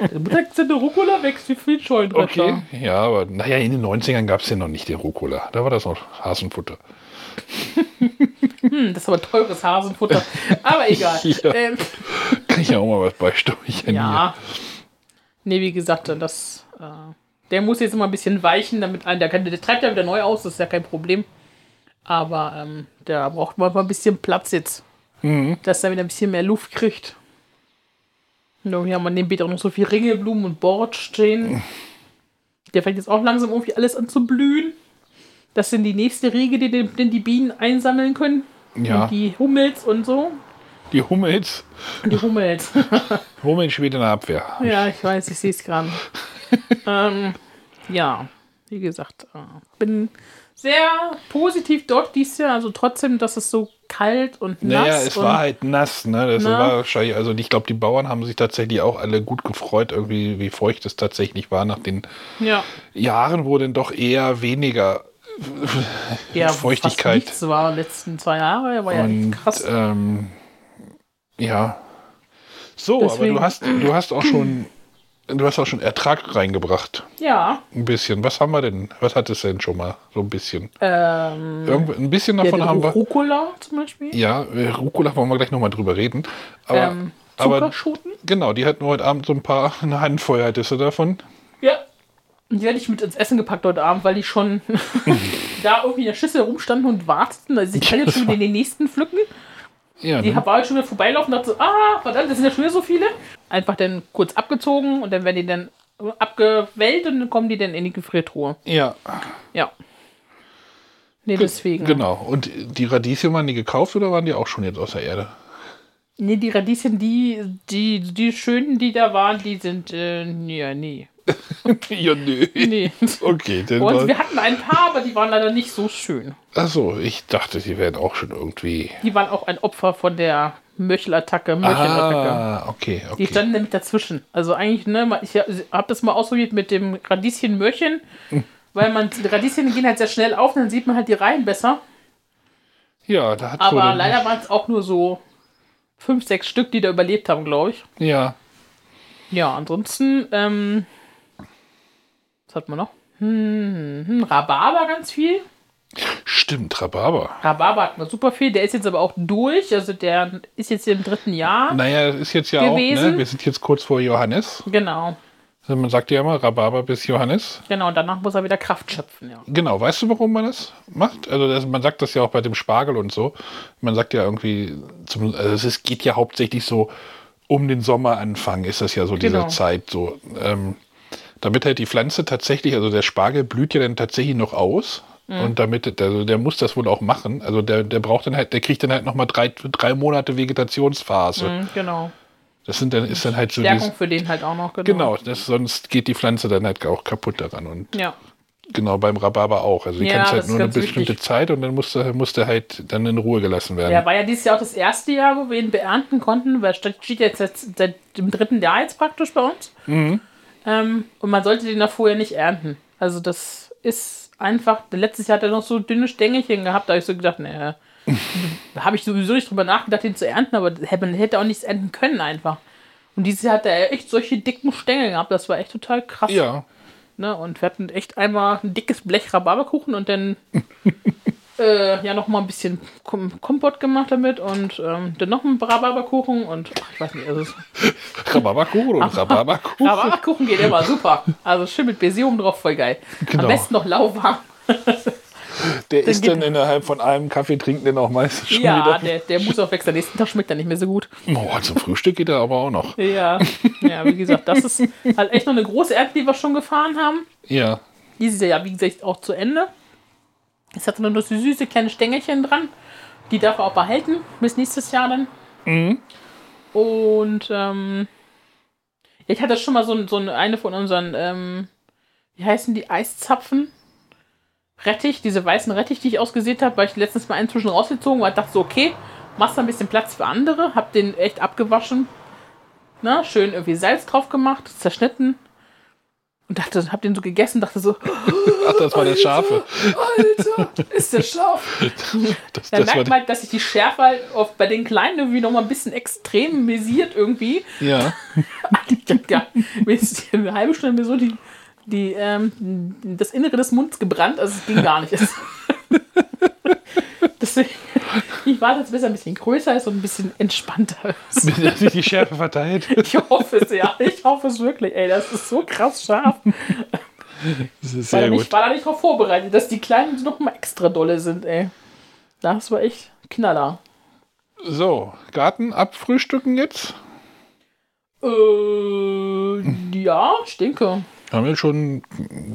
B: Der Mittag sind Rucola wächst wie viel Scheunendrescher.
A: Okay. Ja, aber naja, in den 90ern gab es ja noch nicht den Rucola. Da war das noch Hasenfutter.
B: Hm, das ist aber teures Hasenfutter. Aber egal.
A: Ja.
B: Ähm,
A: Kann ich ja auch mal was beisteuern. hier.
B: ja. Nee, wie gesagt, das, äh, der muss jetzt immer ein bisschen weichen, damit ein, der, kann, der treibt ja wieder neu aus, das ist ja kein Problem. Aber ähm, der braucht mal ein bisschen Platz jetzt, dass er wieder ein bisschen mehr Luft kriegt. Und wir haben an dem Beet auch noch so viel Ringelblumen und Bord stehen. Der fängt jetzt auch langsam irgendwie alles an zu blühen. Das sind die nächste Riege, die, die, die die Bienen einsammeln können.
A: Ja,
B: Und die Hummels und so.
A: die Hummels.
B: Und die Hummels.
A: Hummels spielt in der Abwehr.
B: Ja, ich weiß, ich sehe es gerade. ähm, ja, wie gesagt, äh, bin sehr positiv dort dieses Jahr. Also trotzdem, dass es so kalt und nass
A: Naja, es
B: und
A: war halt nass, ne? Das
B: Na?
A: war wahrscheinlich, also ich glaube, die Bauern haben sich tatsächlich auch alle gut gefreut, irgendwie, wie feucht es tatsächlich war nach den
B: ja,
A: Jahren, wo dann doch eher weniger
B: ja,
A: Feuchtigkeit.
B: fast Nichts war in den letzten zwei Jahre, war ja echt
A: Und
B: krass.
A: ähm, ja. So,
B: Deswegen-
A: aber du hast, du hast auch schon, du hast auch schon Ertrag reingebracht.
B: ja,
A: Ein bisschen. Was haben wir denn? Was hat es denn schon mal? So ein bisschen.
B: ähm,
A: Irgend, ein bisschen
B: ja,
A: davon
B: den
A: haben wir.
B: Rucola zum Beispiel.
A: Ja, äh, Rucola wollen wir gleich nochmal drüber reden. Aber,
B: ähm,
A: aber
B: Zuckerschoten.
A: genau, die hatten heute Abend so ein paar, eine Handvoll hattest du davon.
B: Ja. Und die werde ich mit ins Essen gepackt heute Abend, weil die schon da irgendwie in der Schüssel rumstanden und warteten. Also ich kann jetzt schon wieder den nächsten pflücken.
A: Ja,
B: Die
A: ne?
B: hab- war halt schon wieder vorbeilaufen und dachte so, ah, verdammt, das sind ja schon wieder so viele. Einfach dann kurz abgezogen und dann werden die dann abgewählt und dann kommen die dann in die Gefriertruhe.
A: ja.
B: Ja. Nee, deswegen.
A: Genau. Und die Radieschen waren die gekauft oder waren die auch schon jetzt aus der Erde?
B: Nee, die Radieschen, die, die, die schönen, die da waren, die sind, äh, ja, nee.
A: ja, nö.
B: Nee.
A: Okay, dann
B: Und
A: war,
B: wir hatten ein paar, aber die waren leider nicht so schön.
A: Ach so, ich dachte, die wären auch schon irgendwie.
B: Die waren auch ein Opfer von der Möchelattacke, Möchelattacke.
A: Ah, okay,
B: Die
A: okay.
B: standen nämlich dazwischen. Also eigentlich, ne, ma- ich habe das mal ausprobiert mit dem Radieschen-Möhrchen, weil man, die Radieschen gehen halt sehr schnell auf und dann sieht man halt die Reihen besser.
A: Ja, da hat wohl
B: Aber
A: dann-
B: leider waren es auch nur so fünf, sechs Stück, die da überlebt haben, glaube ich.
A: Ja,
B: Ja, ansonsten, ähm, was hat man noch? Hm, hm, Rhabarber ganz viel.
A: stimmt, Rhabarber.
B: Rhabarber hatten wir super viel. Der ist jetzt aber auch durch. Also der ist jetzt im dritten Jahr.
A: Naja, es ist jetzt ja auch,
B: Gewesen.
A: ne? Wir sind jetzt kurz vor Johannes.
B: Genau,
A: Also man sagt ja immer Rhabarber bis Johannes.
B: genau. Danach muss er wieder Kraft schöpfen, ja.
A: Genau, weißt du, warum man das macht? Also das, man sagt das ja auch bei dem Spargel und so. Man sagt ja irgendwie, zum, also es ist, geht ja hauptsächlich so um den Sommeranfang ist das ja so diese
B: Genau.
A: Zeit so. Ähm, damit halt die Pflanze tatsächlich, also der Spargel blüht ja dann tatsächlich noch aus.
B: Mhm.
A: Und damit, also der muss das wohl auch machen. Also der, der braucht dann halt, der kriegt dann halt nochmal drei, drei Monate Vegetationsphase.
B: Hm, genau.
A: Das sind dann, ist dann halt so dieses,
B: Stärkung für den halt auch noch, genau.
A: Genau, das, sonst geht die Pflanze dann halt auch kaputt daran. Und
B: Ja,
A: genau beim Rhabarber auch. Also die
B: Ja,
A: kannst
B: das
A: halt
B: ist
A: nur eine
B: ganz
A: bestimmte
B: wichtig.
A: Zeit und dann musst du, musst du halt dann in Ruhe gelassen werden.
B: Ja, war ja dieses Jahr auch das erste Jahr, wo wir ihn beernten konnten, weil steht steht jetzt seit, seit dem dritten Jahr jetzt praktisch bei uns. Ähm, und man sollte den da vorher nicht ernten. Also das ist einfach, letztes Jahr hat er noch so dünne Stängelchen gehabt, da habe ich so gedacht, naja, habe ich sowieso nicht drüber nachgedacht, den zu ernten, aber hätte- man hätte auch nichts ernten können einfach. Und dieses Jahr hat er echt solche dicken Stängel gehabt, das war echt total krass.
A: Ja,
B: Ne? Und wir hatten echt einmal ein dickes Blech Rhabarberkuchen und dann äh, ja nochmal ein bisschen Kom Kompott gemacht damit und ähm, dann noch ein Rhabarberkuchen und ach, ich weiß nicht, also es-
A: Rhabarberkuchen und Rhabarberkuchen.
B: Rhabarberkuchen geht immer super. Also schön mit Besium drauf, voll geil.
A: Genau.
B: Am besten noch lauwarm.
A: Der ist
B: geht-
A: dann innerhalb von einem Kaffee trinken dann auch meistens schon
B: Ja,
A: wieder.
B: der, der muss auch weg, der nächsten Tag schmeckt er nicht mehr so gut.
A: Oh, zum Frühstück geht er aber auch noch.
B: Ja, ja wie gesagt, das ist halt echt noch eine große Ernte, die wir schon gefahren haben.
A: Ja,
B: Dieses Jahr, wie gesagt, auch zu Ende. Es hat nur noch so süße kleine Stängelchen dran. Die darf er auch behalten bis nächstes Jahr dann. Und ähm, ich hatte schon mal so, ein- so eine- eine von unseren, ähm, wie heißen die, Eiszapfen? Rettich, diese weißen Rettich, die ich ausgesät habe, weil ich letztens mal einen zwischen rausgezogen war, dachte so, okay, machst da ein bisschen Platz für andere, hab den echt abgewaschen, na, schön irgendwie Salz drauf gemacht, zerschnitten und dachte, hab den so gegessen, dachte so,
A: ach, das war der Schafe.
B: Alter, ist der scharf.
A: Das,
B: Dann
A: das war
B: merkt
A: der,
B: man, dass sich die Schärfe halt auf, bei den Kleinen irgendwie nochmal ein bisschen extrem mesiert irgendwie.
A: ja,
B: Ich hab ja mir ist eine halbe Stunde mir so die, die, ähm, das Innere des Munds gebrannt, also es ging gar nicht. Es- Deswegen, ich warte jetzt, bis er ein bisschen größer ist und ein bisschen entspannter ist.
A: dass sich die Schärfe verteilt.
B: Ich hoffe es ja, ich hoffe es wirklich, ey, das ist so krass scharf.
A: Das ist
B: Weil
A: sehr
B: ich
A: gut.
B: war da nicht drauf vorbereitet, dass die Kleinen noch mal extra dolle sind, ey. Das war echt Knaller.
A: So, Garten abfrühstücken jetzt.
B: Äh, ja, ich denke.
A: haben wir schon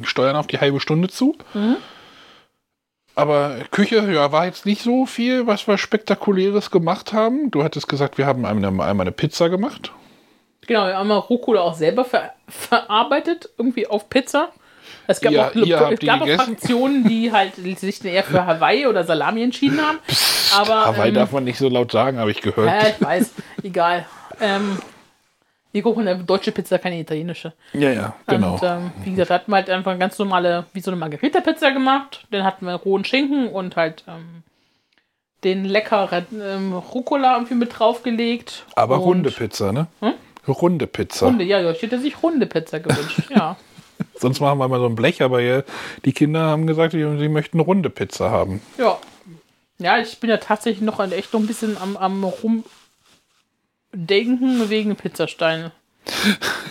A: steuern auf die halbe Stunde zu. Aber Küche, ja, war jetzt nicht so viel, was wir Spektakuläres gemacht haben. Du hattest gesagt, wir haben einmal einmal eine Pizza gemacht.
B: Genau, wir haben ja Rucola auch selber ver verarbeitet, irgendwie auf Pizza. Es gab
A: Ja,
B: auch,
A: ihr habt
B: es
A: die
B: gab auch
A: gegessen?
B: Fraktionen, die halt sich eher für Hawaii oder Salami entschieden haben. Aber,
A: Hawaii
B: ähm,
A: darf man nicht so laut sagen, habe ich gehört.
B: Ja, ich weiß, egal. Ähm, wir kochen eine deutsche Pizza, keine italienische.
A: ja, ja, genau.
B: Und ähm, wie gesagt, hatten wir halt einfach eine ganz normale, wie so eine Margarita-Pizza gemacht. Dann hatten wir rohen Schinken und halt ähm, den leckeren ähm, Rucola irgendwie mit draufgelegt.
A: Aber
B: und Hm?
A: runde Pizza, ne? Runde Pizza.
B: Runde, ja, ja, ich hätte sich runde Pizza gewünscht, ja.
A: Sonst machen wir mal so ein Blech, aber ja, die Kinder haben gesagt, sie sie möchten runde Pizza haben.
B: Ja. Ja, ich bin ja tatsächlich noch ein- echt noch ein bisschen am, am rumdenken wegen Pizzasteine.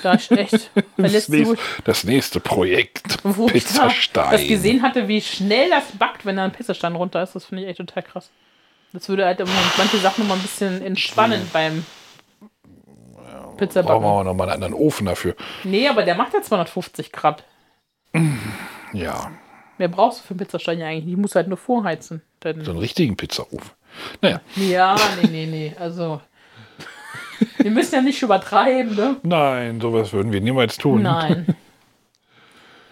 B: Da ist echt. Weil
A: Das,
B: letzte, wo
A: nächste,
B: ich,
A: das nächste Projekt.
B: wo ich da das
A: Pizzastein.
B: gesehen hatte, wie schnell das backt, wenn da ein Pizzastein runter ist, das finde ich echt total krass. Das würde halt immer manche Sachen nochmal ein bisschen entspannen beim
A: Brauchen wir
B: Pizzabacken.
A: auch nochmal einen anderen Ofen dafür.
B: Nee, aber der macht ja 250 Grad.
A: Ja.
B: Mehr brauchst du für einen Pizzastein ja eigentlich. nicht. Die musst du halt nur vorheizen. Dann
A: So einen richtigen Pizzaofen. Naja,
B: Ja, nee, nee, nee. Also, wir müssen ja nicht übertreiben, ne?
A: nein, sowas würden wir niemals tun.
B: Nein.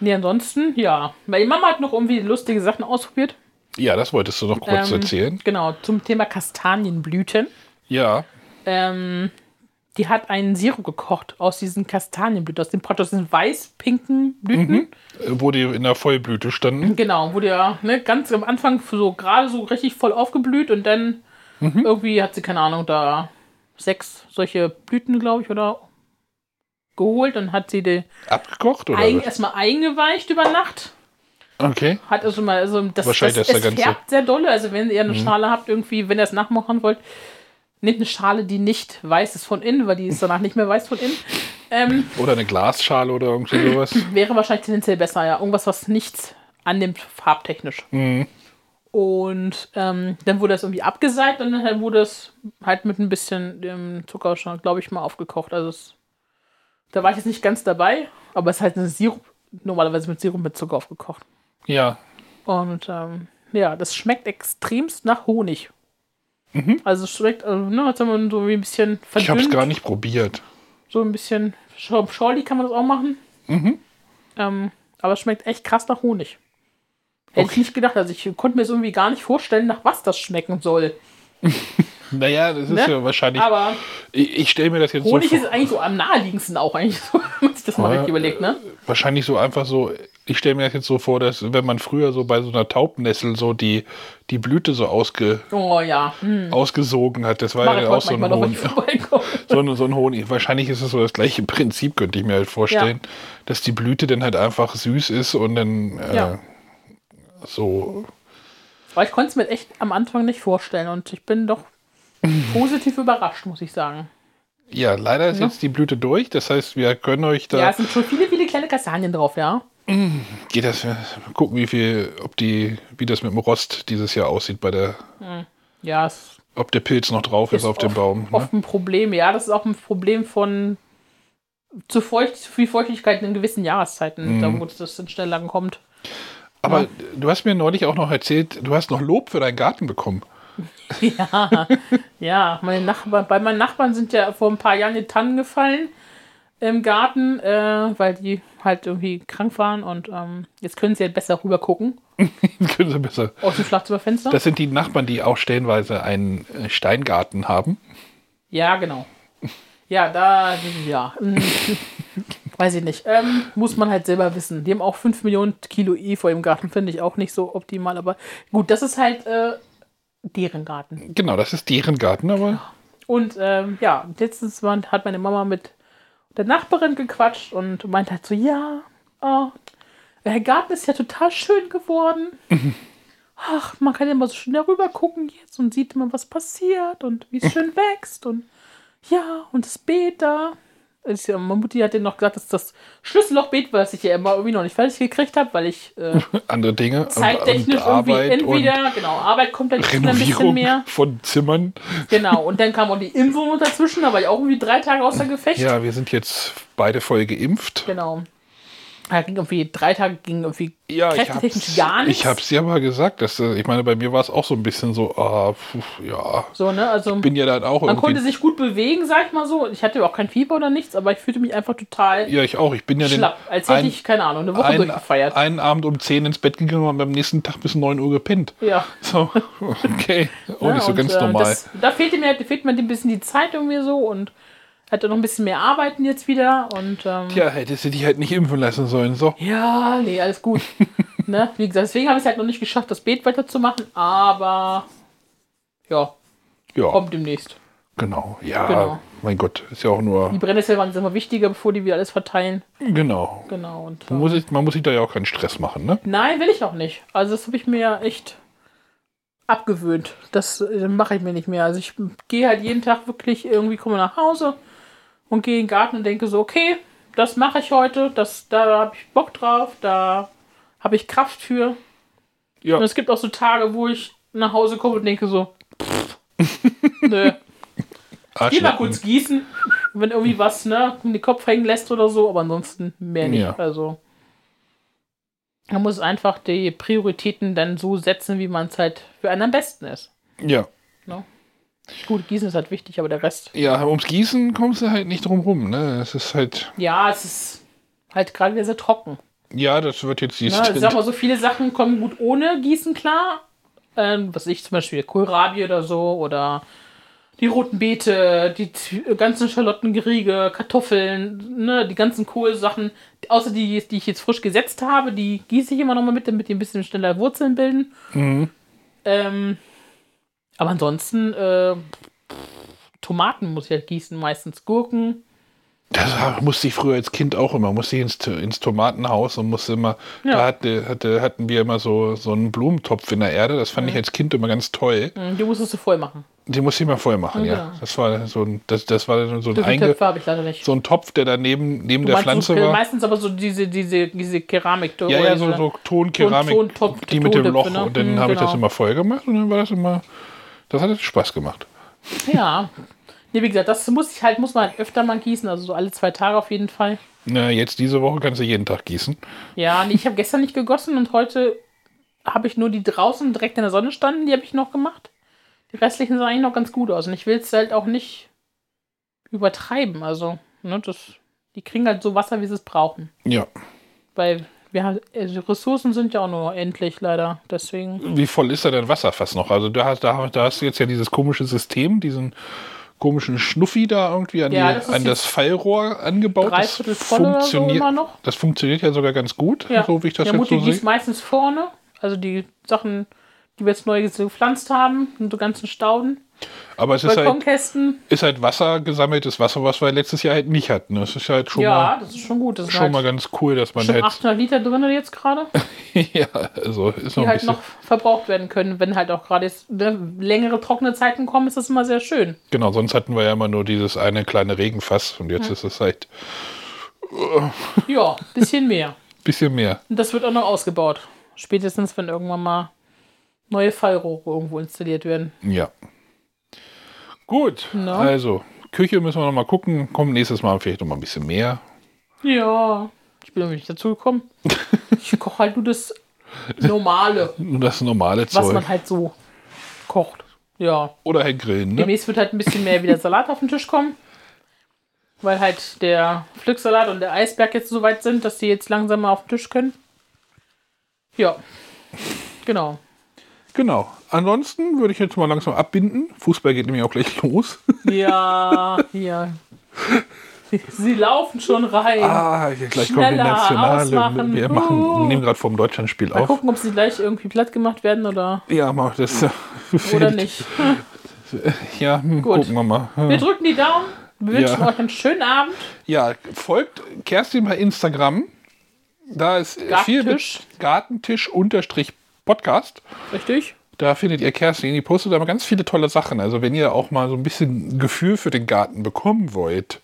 B: Nee, ansonsten, ja. Meine Mama hat noch irgendwie lustige Sachen ausprobiert.
A: Ja, das wolltest du noch kurz
B: Ähm,
A: erzählen.
B: Genau, zum Thema Kastanienblüten.
A: Ja,
B: Ähm, die hat einen Sirup gekocht aus diesen Kastanienblüten, aus den praktisch diesen weiß-pinken Blüten.
A: wo die in der Vollblüte standen.
B: Genau, wurde ja ne, ganz am Anfang so gerade so richtig voll aufgeblüht und dann
A: Mhm.
B: irgendwie hat sie, keine Ahnung, da sechs solche Blüten, glaube ich, oder geholt und hat sie die
A: Abgekocht oder
B: eigen,
A: was?
B: erstmal eingeweicht über Nacht.
A: Okay.
B: Hat also mal, also das,
A: Wahrscheinlich
B: das,
A: ist
B: es
A: der ganze- Mhm.
B: färbt sehr dolle. Also wenn ihr eine Schale habt, irgendwie, wenn ihr es nachmachen wollt, nehmt eine Schale, die nicht weiß ist von innen, weil die ist danach nicht mehr weiß von innen. Ähm,
A: Oder eine Glasschale oder irgendwie sowas.
B: wäre wahrscheinlich tendenziell besser, ja. Irgendwas, was nichts annimmt, farbtechnisch. Und ähm, dann wurde das irgendwie abgeseit und dann wurde es halt mit ein bisschen ähm, Zucker schon, glaube ich, mal aufgekocht. Also es, da war ich jetzt nicht ganz dabei, aber es ist halt ein Sirup, normalerweise mit Sirup mit Zucker aufgekocht.
A: Ja,
B: Und ähm, ja, das schmeckt extremst nach Honig. Also es schmeckt, also, ne, als wenn man so wie ein bisschen
A: ich habe es
B: verdünnt,
A: gar nicht probiert.
B: so ein bisschen Schaum- Schorli kann man das auch machen.
A: Mhm.
B: Ähm, aber es schmeckt echt krass nach Honig. Hätte ich
A: Okay.
B: nicht gedacht. Also ich konnte mir es irgendwie gar nicht vorstellen, nach was das schmecken soll.
A: Naja, das ist
B: Ne?
A: ja wahrscheinlich.
B: Aber
A: ich ich stelle mir das jetzt
B: Honig
A: so
B: ist eigentlich so am naheliegendsten auch eigentlich, so, wenn man sich das mal
A: Ja,
B: richtig überlegt, ne?
A: wahrscheinlich so einfach so, ich stelle mir das jetzt so vor, dass wenn man früher so bei so einer Taubnessel so die, die Blüte so ausge,
B: Oh ja. Hm.
A: ausgesogen hat, das war
B: Mach ich
A: ja auch
B: heute
A: so ein,
B: manchmal noch, wenn ich
A: Honig,
B: vorbeikomme.
A: so, ein, so ein Honig. Wahrscheinlich ist es so das gleiche Prinzip, könnte ich mir halt vorstellen, dass die Blüte dann halt einfach süß ist und dann äh,
B: Ja.
A: so,
B: Aber ich konnte es mir echt am Anfang nicht vorstellen und ich bin doch positiv überrascht, muss ich sagen.
A: ja, leider ist jetzt die Blüte durch, das heißt, wir können euch da,
B: Mhm. Ja, es sind schon viele, viele kleine Kastanien drauf, ja.
A: geht das, wir gucken, wie viel, ob die, wie das mit dem Rost dieses Jahr aussieht bei der,
B: Ja, es
A: ob der Pilz noch drauf ist,
B: ist
A: auf dem
B: oft-
A: Baum. ne?
B: oft ein Problem. Ja, das ist auch ein Problem von zu, feucht, zu viel Feuchtigkeit in gewissen
A: Mhm.
B: Jahreszeiten, da wo das dann schnell lang kommt.
A: Aber du hast mir neulich auch noch erzählt, du hast noch Lob für deinen Garten bekommen.
B: Ja, ja meine Nachbarn, bei meinen Nachbarn sind ja vor ein paar Jahren die Tannen gefallen im Garten, äh, weil die halt irgendwie krank waren und ähm, jetzt können sie halt besser rüber gucken
A: Können Sie besser.
B: aus dem Schlafzimmerfenster.
A: Das sind die Nachbarn, die auch stellenweise einen äh, Steingarten haben.
B: Ja, genau. Ja, da, ja. ähm, Weiß ich nicht. Ähm, muss man halt selber wissen. Die haben auch 5 Millionen Kilo Efeu im Garten, finde ich auch nicht so optimal. Aber gut, das ist halt äh, deren Garten.
A: Genau, das ist deren Garten, aber
B: Und ähm, ja, letztens war- hat meine Mama mit der Nachbarin gequatscht und meint halt so, ja, oh, der Garten ist ja total schön geworden. Ach, man kann ja immer so schön darüber gucken jetzt und sieht immer, was passiert und wie es schön wächst und ja, und das Beet da. Ist ja, meine Mutti hat ja noch gesagt, dass das Schlüssellochbeet, was ich ja immer irgendwie noch nicht fertig gekriegt habe, weil ich äh,
A: andere Dinge. und-
B: zeittechnisch irgendwie entweder, genau, Arbeit kommt dann
A: und
B: ein bisschen mehr.
A: Renovierung von Zimmern.
B: Genau, und dann kam auch die Impfung noch dazwischen, da war ich auch irgendwie drei Tage außer Gefecht.
A: Ja, wir sind jetzt beide voll geimpft.
B: Genau. Da ging irgendwie drei Tage ging irgendwie
A: Ja, ich
B: kräftetechnisch
A: hab's,
B: gar nichts.
A: ich hab's ja mal gesagt. Dass, äh, ich meine, bei mir war es auch so ein bisschen so, ah, pf, ja,
B: So, ne? Also
A: bin ja dann auch
B: man konnte
A: irgendwie...
B: sich gut bewegen, sag ich mal so. Ich hatte auch kein Fieber oder nichts, aber ich fühlte mich einfach total
A: Ja, ich auch. Ich bin ja den
B: schlapp. Als hätte
A: ein-
B: ich, keine Ahnung, eine Woche
A: einen,
B: durchgefeiert.
A: einen Abend um 10 ins Bett gegangen und am nächsten Tag bis 9 Uhr gepennt.
B: ja.
A: So, okay. Oh,
B: Ne?
A: das ist so
B: Und,
A: ganz
B: äh,
A: normal.
B: Das, da fehlte mir, fehlt mir ein bisschen die Zeit irgendwie so und hatte noch ein bisschen mehr Arbeiten jetzt wieder und ähm,
A: Tja, hättest du dich halt nicht impfen lassen sollen. So.
B: Ja, nee, alles gut. ne? Wie gesagt, deswegen habe ich es halt noch nicht geschafft, das Beet weiterzumachen, aber ja,
A: Ja,
B: kommt demnächst.
A: genau. Ja,
B: Genau.
A: mein Gott, ist ja auch nur.
B: Die Brennnesseln waren jetzt immer wichtiger, bevor die wieder alles verteilen.
A: Genau.
B: Genau. Und,
A: Man
B: äh,
A: muss, sich, man muss sich da ja auch keinen Stress machen, ne?
B: nein, will ich auch nicht. Also das habe ich mir ja echt abgewöhnt. Das äh, mache ich mir nicht mehr. Also ich gehe halt jeden Tag wirklich irgendwie, komme nach Hause und gehe in den Garten und denke so, okay, das mache ich heute, das, da habe ich Bock drauf, da habe ich Kraft für.
A: Ja.
B: Und es gibt auch so Tage, wo ich nach Hause komme und denke so, pff, nö, geh mal
A: Arschlecken.
B: kurz gießen, wenn irgendwie was, ne, in den Kopf hängen lässt oder so, aber ansonsten mehr nicht.
A: Ja.
B: Also, Man muss einfach die Prioritäten dann so setzen, wie man es halt für einen am besten ist.
A: Ja.
B: Ne? Gut, Gießen ist halt wichtig, aber der Rest.
A: Ja, ums Gießen kommst du halt nicht drum rum, ne? Es ist halt,
B: Ja, es ist halt gerade wieder sehr trocken.
A: ja, das wird jetzt dieses.
B: Ne? Ich sag mal, so viele Sachen kommen gut ohne Gießen klar. Ähm, was weiß ich zum Beispiel, Kohlrabi oder so oder die roten Beete, die Z- ganzen Schalottengeriege, Kartoffeln, ne, die ganzen Kohlsachen. Außer die, die ich jetzt frisch gesetzt habe, die gieße ich immer noch mal mit, damit die ein bisschen schneller Wurzeln bilden. Ähm, aber ansonsten, äh, Tomaten muss ich halt gießen, meistens Gurken.
A: Das musste ich früher als Kind auch immer. Musste ich ins, ins Tomatenhaus und musste immer.
B: Ja.
A: Da hatte, hatte, hatten wir immer so, so einen Blumentopf in der Erde. Das fand ich als Kind immer ganz toll.
B: Hm, Die musstest du voll machen.
A: Den musste ich mal vorher machen,
B: Mhm. Ja,
A: ja.
B: genau.
A: Das war so ein, das, das war so ein,
B: So viele
A: Einge
B: Töpfe habe ich leider nicht.
A: so ein Topf, der daneben neben der
B: Meinst du,
A: Pflanze war.
B: Meistens aber so diese, diese, diese keramik
A: Ja, ja, so, so Tonkeramik,
B: Ton- Tontopf-
A: die mit dem Loch.
B: Tontöpfe, ne?
A: Und dann
B: Hm,
A: habe ich das
B: genau.
A: immer voll gemacht und dann war das immer. Das hat Spaß gemacht.
B: Ja. Nee, wie gesagt, das muss ich halt, muss man halt öfter mal gießen, also so alle zwei Tage auf jeden Fall.
A: Na, jetzt diese Woche kannst du jeden Tag gießen.
B: Ja, nee, ich habe gestern nicht gegossen und heute habe ich nur die draußen direkt in der Sonne standen, die habe ich noch gemacht. Die restlichen sahen eigentlich noch ganz gut aus und ich will es halt auch nicht übertreiben, also, ne, das, die kriegen halt so Wasser, wie sie es brauchen.
A: Ja.
B: Weil wir haben, also Ressourcen sind ja auch nur endlich leider, deswegen.
A: Wie voll ist da dein Wasserfass noch? Also da hast, da, da hast du jetzt ja dieses komische System, diesen komischen Schnuffi da irgendwie an,
B: Ja,
A: die,
B: das ist
A: an das
B: jetzt
A: Fallrohr angebaut. Das
B: dreiviertel voll oder so immer noch.
A: das funktioniert ja sogar ganz gut, so wie ich das
B: ja,
A: jetzt
B: Mutti
A: so
B: gießt
A: sehe.
B: meistens vorne, also die Sachen, die wir jetzt neu gepflanzt haben, und so ganzen Stauden,
A: Aber es ist halt,
B: Balkonkästen.
A: ist halt Wasser, gesammeltes Wasser, was wir letztes Jahr halt nicht hatten. Das ist halt schon,
B: Ja,
A: mal,
B: das ist schon gut. Das sind
A: schon
B: halt
A: mal ganz cool, dass man
B: bestimmt
A: halt...
B: 800 Liter drin jetzt gerade,
A: ja, also ist noch
B: die
A: ein
B: halt
A: bisschen...
B: noch verbraucht werden können, wenn halt auch gerade jetzt ne, längere trockene Zeiten kommen, ist das immer sehr schön.
A: Genau, sonst hatten wir ja immer nur dieses eine kleine Regenfass und jetzt ist es halt
B: Ja, bisschen mehr.
A: ein bisschen mehr.
B: Und das wird auch noch ausgebaut. Spätestens, wenn irgendwann mal neue Fallrohre irgendwo installiert werden.
A: Ja. Gut,
B: Na?
A: also Küche müssen wir noch mal gucken. Kommt nächstes Mal vielleicht noch mal ein bisschen mehr.
B: Ja, ich bin irgendwie nicht dazu gekommen. Ich koche halt nur das Normale.
A: Nur das normale
B: was
A: Zeug.
B: man halt so kocht. Ja.
A: Oder halt grillen, ne?
B: Demnächst wird halt ein bisschen mehr wieder Salat auf den Tisch kommen. Weil halt der Pflücksalat und der Eisberg jetzt so weit sind, dass die jetzt langsam mal auf den Tisch können. Ja. Genau.
A: Genau. Ansonsten würde ich jetzt mal langsam abbinden. Fußball geht nämlich auch gleich los.
B: Ja, ja. Sie laufen schon rein.
A: Ah, hier gleich kommt die
B: Schneller,
A: Nationale.
B: ausmachen.
A: Wir machen,
B: Uh.
A: nehmen gerade vom Deutschlandspiel
B: mal
A: auf.
B: gucken, ob sie gleich irgendwie platt gemacht werden oder,
A: Ja, mach das.
B: oder nicht.
A: Ja, hm,
B: Gut.
A: gucken wir mal.
B: Wir drücken die Daumen. Wir wünschen
A: Ja.
B: euch einen schönen Abend.
A: Ja, folgt Kerstin bei Instagram. Da ist viel
B: Gartentisch.
A: mit Gartentisch-Podcast.
B: Richtig?
A: Da findet ihr Kerstin, die postet aber ganz viele tolle Sachen. Also wenn ihr auch mal so ein bisschen Gefühl für den Garten bekommen wollt,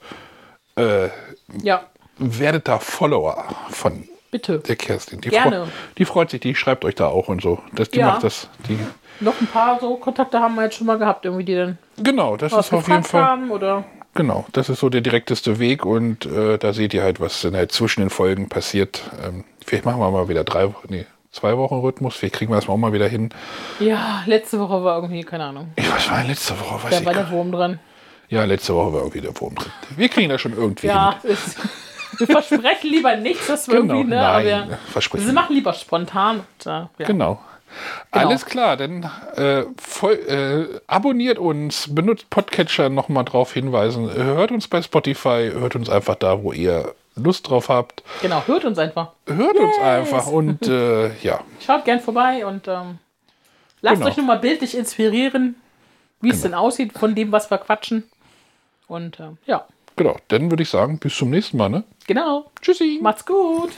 B: Ja,
A: werdet da Follower von
B: bitte.
A: der Kerstin. Die,
B: Gerne.
A: freu- die freut sich, die schreibt euch da auch und so. Das, die
B: Ja.
A: macht das. Die,
B: Noch ein paar so Kontakte haben wir jetzt schon mal gehabt, irgendwie die dann
A: genau, das
B: was
A: ist auf jeden
B: gefragt
A: Fall.
B: haben oder
A: Genau, das ist so der direkteste Weg und äh, da seht ihr halt, was dann halt zwischen den Folgen passiert. Ähm, vielleicht machen wir mal wieder drei, nee, zwei Wochen Rhythmus. Vielleicht kriegen wir das mal auch mal wieder hin.
B: Ja, letzte Woche war irgendwie, keine Ahnung.
A: Ich weiß, war denn letzte Woche, weiß
B: Da
A: ich
B: war
A: gar
B: der Wurm dran.
A: nicht. Ja, letzte Woche war irgendwie der Wurm drin. Wir kriegen das schon irgendwie hin.
B: Ja, ist, wir versprechen lieber nichts, dass wir
A: Genau,
B: irgendwie, ne?
A: nein,
B: aber wir,
A: versprechen.
B: wir machen lieber spontan. Und, äh, ja.
A: Genau. Alles klar, dann äh, voll, äh, abonniert uns, benutzt Podcatcher nochmal drauf hinweisen, hört uns bei Spotify, hört uns einfach da, wo ihr Lust drauf habt,
B: genau, hört uns einfach.
A: hört uns einfach und äh, ja,
B: Schaut gern vorbei und ähm, lasst
A: Genau.
B: euch nochmal bildlich inspirieren, wie es denn aussieht von dem, was wir quatschen. Und ähm, ja,
A: genau, dann würde ich sagen, bis zum nächsten Mal, ne?
B: genau.
A: Tschüssi!
B: Macht's gut.